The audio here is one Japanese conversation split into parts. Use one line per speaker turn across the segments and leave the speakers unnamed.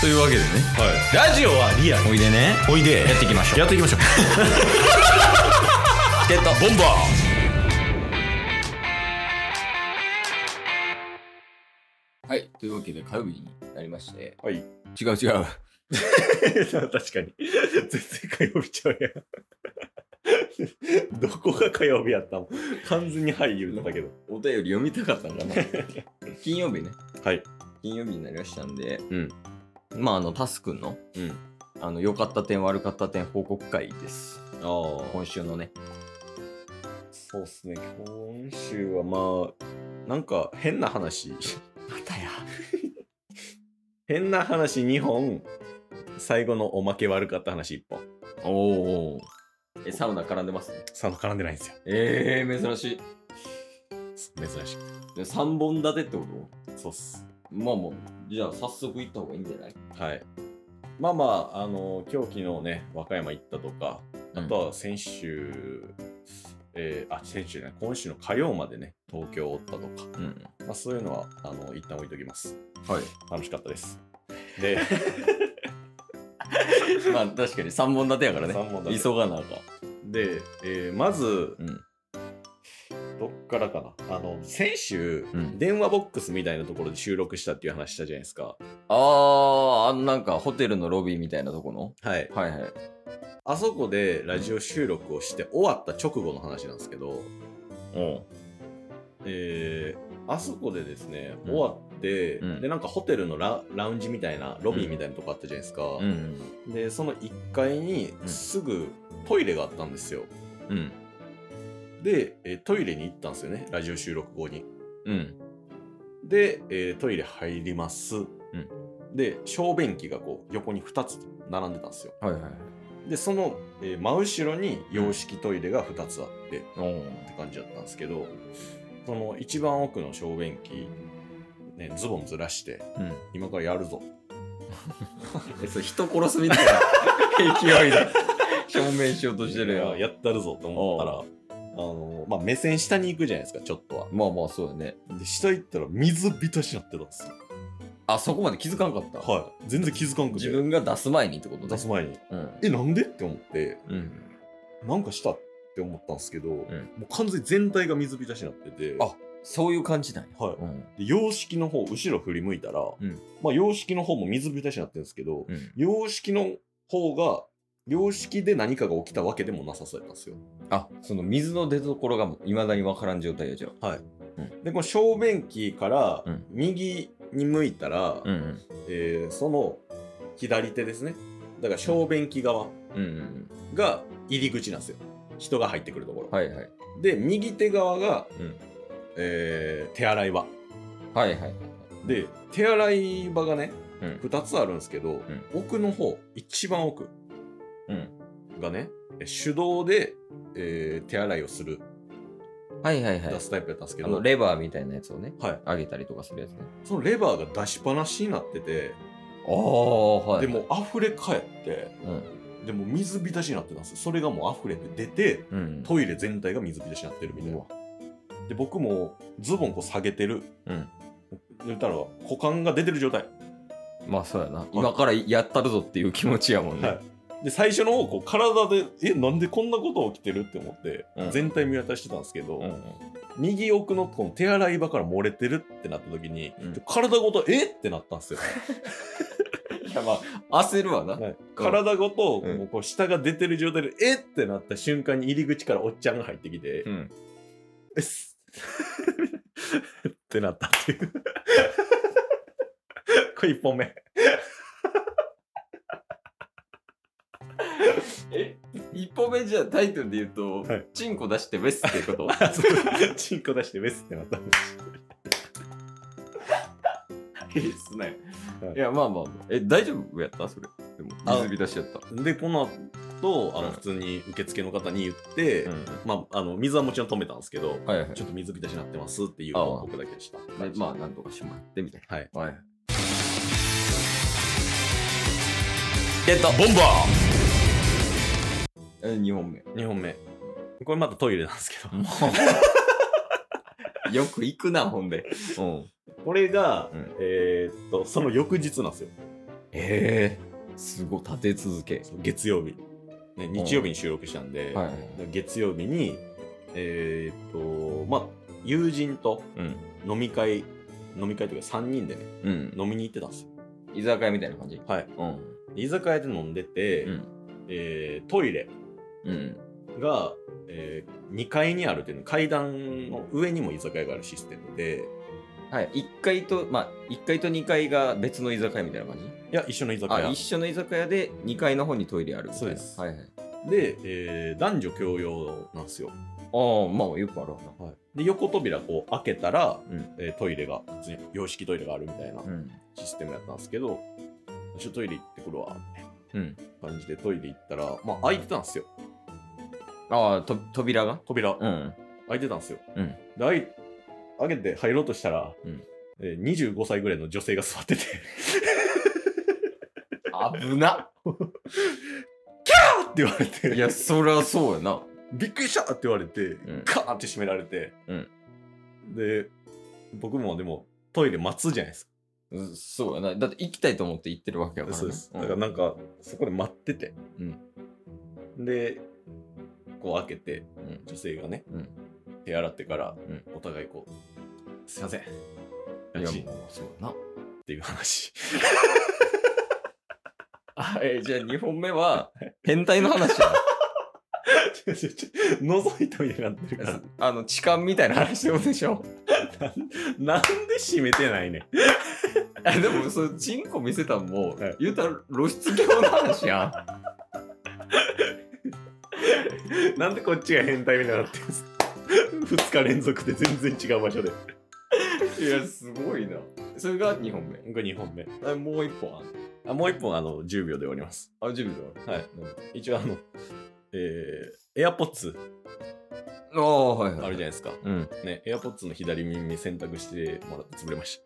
というわけでね
ラジオはリアル
おいでね
おいで
やっていきましょう
やっていきましょう
チケットボンバーはいというわけで火曜日になりまして
はい
違う違う
確かに全然火曜日ちゃうやん どこが火曜日やったの完全に「はい」言うてたけど
お便り読みたかったんだな 金曜日ね
はい
金曜日になりましたんで
うん
まああのタスくんの
うん
あの良かった点悪かった点報告会です
ああ
今週のね
そうっすね今週はまあなんか変な話
またや
変な話2本最後のおまけ悪かった話1本
おおえサウナ絡んでますね
サウナ絡んでないんですよ
ええ珍しい
珍しい
で3本立てってこと
そうっす
まあもう、じゃあ早速行った方がいいんじゃない
はい。まあまあ、あの今日昨日ね、和歌山行ったとか、あとは先週、えーあ、先週じゃない、今週の火曜までね、東京おったとか、
うん。
まあ、そういうのは、あの一旦置いときます。
はい。
楽しかったです。で、
まあ確かに3本立てやからね。
三本立て
急がなあかん。
で、えーまず、
うん
どっからかな。あの、先週、
うん
電話ボックスみたいなところで収録したっていう話したじゃないですか。
あー、あのなんかホテルのロビーみたいなとこの
はい。
はいはい。
あそこでラジオ収録をして終わった直後の話なんですけど、
お
えーあそこでですね、
うん
終わって、
うん
でなんかホテルのララウンジみたいなロビーみたいなとこあったじゃないですか、
う。うん。
でその1階に
うん
すぐトイレがあったんですよ
うん。
で、えートイレに行ったんですよねラジオ収録後に
うん。
で、えートイレ入ります、で小便器がこう横に2つ並んでたんですよ
はいはい。
でその、えー真後ろに洋式トイレが2つあって、
おお。
って感じだったんですけどその一番奥の小便器、ね、ズボンずらして
うん。
今からやるぞ
え、それ人殺すみたいな勢い で証明しようとしてるやん。
やったるぞと思ったらあの、まあ、目線下に行くじゃないですかちょっとは
まあまあそうだね。
で下行ったら水浸しになってたんですよ
あ、そこまで気づかんかった。
はい全然気づかんく
自
て
分が出す前にってことね
出す前に
うん。
えなんでって思って
うん。
なんかしたって思ったんですけど、も
ん
う完全に全体が水浸しになってて
あそういう感じなんや。
はい
うん。
で洋式の方後ろ振り向いたら、
ん
まあ、洋式の方も水浸しになってるんですけど、
うん。
洋式の方が洋式で何かが起きたわけでもなさそうやったんですよ
あ、その水の出所がいまだにわからん状態やじゃあ。
でこの小便器から
うん
右に向いたら、
んうん。
えーその左手ですねだから小便器側
うんうん
が入り口なんですよ人が入ってくるところ、
はいはい
で右手側が、
うん
えー手洗い場
はいはい
で手洗い場がね、
うん
2つあるんですけど、奥の方一番奥
うん
がねえ手動で、えー手洗いをする
はいはいはい
出すタイプやったんですけ
あ
ど、
のレバーみたいなやつをね
はい、
上げたりとかするやつね
そのレバーが出しっぱなしになってて、
ああは
でも溢れ返って
うん
でも水浸しになってたんですよそれがもう溢れて出て
うん
トイレ全体が水浸しになってるみたいうな
わ
で僕もズボンこう下げてる
うん
言ったら股間が出てる状態、
まあそうやな今からやったるぞっていう気持ちやもんね
い、で最初の方こう体でえなんでこんなこと起きてるって思って、
うん
全体見渡してたんですけど、
うんうん
右奥のこの手洗い場から漏れてるってなった時に、
うん
体ごとえってなったんですよ
いやまあ焦るわな
はい体ごと、
うん
もうこう下が出てる状態で、えってなった瞬間に入り口からおっちゃんが入ってきて、
うん
えっ すってなったっていう。 これ1本目。
え一歩目じゃあタイトルで言うと
はい
チンコ出してベスっていうこと
チンコ出してベスってなった。
いいっすね
はい
いやまあまあえ大丈夫やったそれでも
あ
水浸しやった
で、この後、あ
うん
の普通に受付の方に言って、
ん
まあ、あの水はもちろん止めたんですけど、
はいはい
ちょっと水浸しになってますっていう
ああ
報告だけでした。
でまあなんとかしまってみたい
はい。
なはいゲット
ボンバ
え2本 目
ー !2 本目。これまたトイレなんですけど。
よく行くなほんでうん
これが、
うん
えーっと、その翌日なんですよ。
えー、すごい立て続け
そう月曜日、ね、日曜日に収録したんで、
はい
月曜日にえーっとまあ友人と
うん
飲み会飲み会というか3人でね
うん
飲みに行ってたんですよ
居酒屋みたいな感じ
はい
うん
居酒屋で飲んでて、
うん
えートイレ
うん
が、え2階にあるっていうの階段の上にも居酒屋があるシステムで
はい1階とまあ1階と2階が別の居酒屋みたいな感じ
いや一緒の居酒
あ
屋
一緒の居酒屋で2階の方にトイレあるみたいな
そうです
はいはい
で、えー男女共用なんですよ、
ああまあよくあるわな
で横扉こう開けたら、
うん
えートイレが普通に洋式トイレがあるみたいな
うん
システムやったんですけど、ちょっとトイレ行ってくるわって
うん
感じでトイレ行ったら、まあ開いてたんですよ。
ああと扉が
扉、
うん
開いてたんですよ。
うん
で、開い開けて入ろうとしたら、
うん
えー25歳ぐらいの女性が座ってて、
危な
あって言われて、
いやそりゃそうやな
びっくりしたって言われて、
ん
カーンって閉められて、
うん
で、僕もでもトイレ待つじゃないですか。
うそうやなだって行きたいと思って行ってるわけやからね
そうです。
う
だから
ん
なんか、そこで待ってて。で、こう開けて、
うん
女性がね、
うん
手洗ってから、
うん
お互いこう、すいません。
い
や
や
しっ
もうそう やな
ていう話。
あえじゃあ2本目は変態の話やな
ちょちょちょ覗いたみたいになって るから。
あの痴漢みたいな話ってことでし ょ
なんで閉めてないねん。
あでもそれチンコ見せたんも、
はい
言うたら露出狂の話やん
なんでこっちが変態みたいになってるんですか ?2 日連続で全然違う場所で。
いや、すごいな。それが2本目。
これ2本目。
あもう1本ある。
あもう1本あの10秒で終わります。
あ、準備で
はい。一応あの、えー、AirPods
ああ、はい
あるじ
は
ゃない
い。
ですか。
うん。
ね、AirPods の左耳選択してもらって潰れまし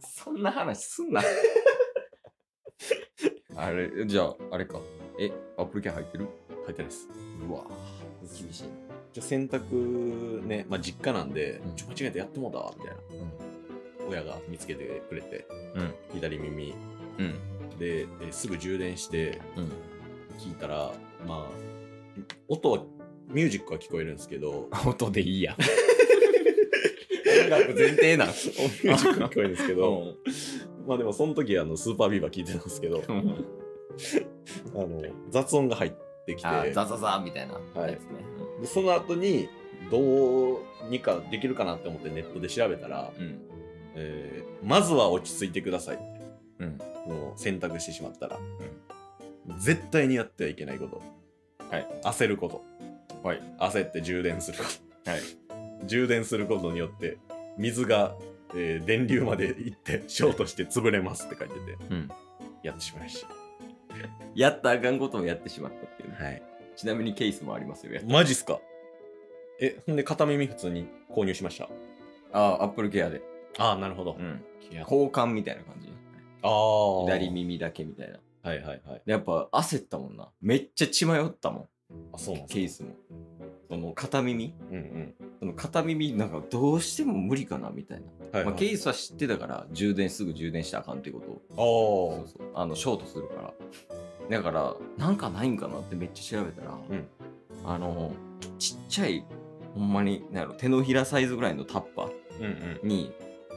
そんな話すんな。 あれ、じゃあ、あれか。え、アップル券入ってる
た。入ってないです。
うわ厳しい。
じゃあ洗濯ね、まあ、実家なんで、
うん
ちょ間違えてやってもうたわみたいな、親が見つけてくれて、
うん
左耳
うん。
で、えーすぐ充電して
うん。
聞いたらまあ音はミュージックは聞こえるんですけど
音でいいや。音楽前提なん。
ミュージックは聞こえるんです けど
う
まあでもその時あのスーパービーバー聞いてたんですけどあ
ん。
の雑音が入ってきて
あー、ザザザみたいな
はい
やつね。
でその後にどうにかできるかなって思ってネットで調べたら、
うん。
えーまずは落ち着いてくださいって
うん。
のを選択してしまったら、絶対にやってはいけないこと、
はい、
焦ること、
はい、
焦って充電すること、
はい、
充電することによって水が、えー電流まで行ってショートして潰れますって書いてて、
うん
やってしまいました、
やったらあかんことをやってしまったっていうね。
はい、
ちなみにケースもありますよ。やっ
マジっすかえほんで片耳普通に購入しました
ああ、アップルケアで。
ああなるほど、
ん。
いや
交換みたいな感じ。
ああ
左耳だけみたいな。
はいはいはい
やっぱ焦ったもんな。めっちゃ血迷ったも
あそうなん
ん、
です
ケ
ね
ースも。その片耳
うん
その片耳なんかどうしても無理かなみたいな。
うんはい、はい
まあ、ケースは知ってたから、充電すぐ充電したらあかんっていうこと
あ
を、
ー
そうそうあのショートするから。だから、なんかないんかなってめっちゃ調べたら、
うん
あの、ちっちゃい、ほんまに、なんやろ、手のひらサイズぐらいのタッパー
うんうん
に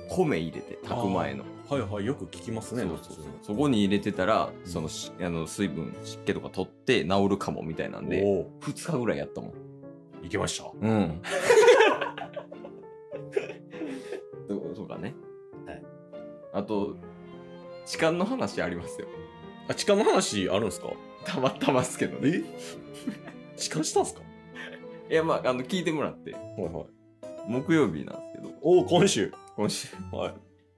米入れて、炊く前の。
はいはいよく聞きますね
そうそうそうそこに入れてたら、
ん
そのしあの水分湿気とか取って治るかもみたいなん
で
で
おお
2日ぐらいやったもん
いけました
うん そうかね
はい
あと痴漢の話ありますよ
あ痴漢の話あるんですか
たまたますけどね
え痴漢したんすか
いやまああの聞いてもらって
はいはい
木曜日なんですけど
おお今週
今週
はい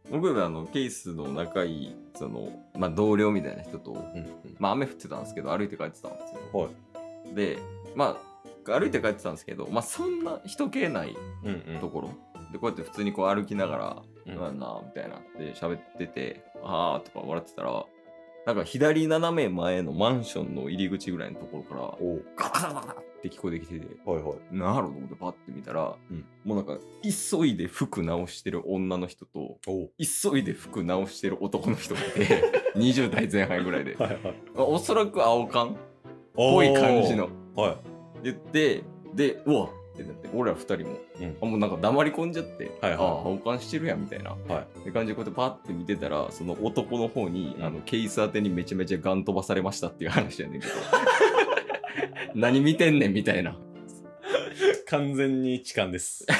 木曜日あのケースの仲いいその、まあ、同僚みたいな人と、
うん
まあ、雨降ってたんですけど歩いて帰ってたんですよ
はい
でまあ歩いて帰ってたんですけど、まあ、そんな人気ない
うん
ところ、でこうやって普通にこう歩きながら「
う
うんん、なあ」みたいなで喋ってて「ああ」とか笑ってたらなんか左斜め前のマンションの入り口ぐらいのところから、
お
ガタガタガタって聞こえてきてて、
はいはい。
なるほどってパッて見たら、
うん
もうなんか、急いで服直してる女の人と、
お
急いで服直してる男の人がいて、20代前半ぐらいで、
はいはい。
おそらく青缶っぽい感じの。
おー。はい。
言ってでうわってなって俺ら二人も、
うん
あもうなんか黙り込んじゃって、
はいはい
ああ保管してるやんみたいな、
は
って感じでこうやってパッて見てたらその男の方に、
うん
あのケース当てにめちゃめちゃガン飛ばされましたっていう話やねんけど 何見てんねんみたいな
完全に痴漢です。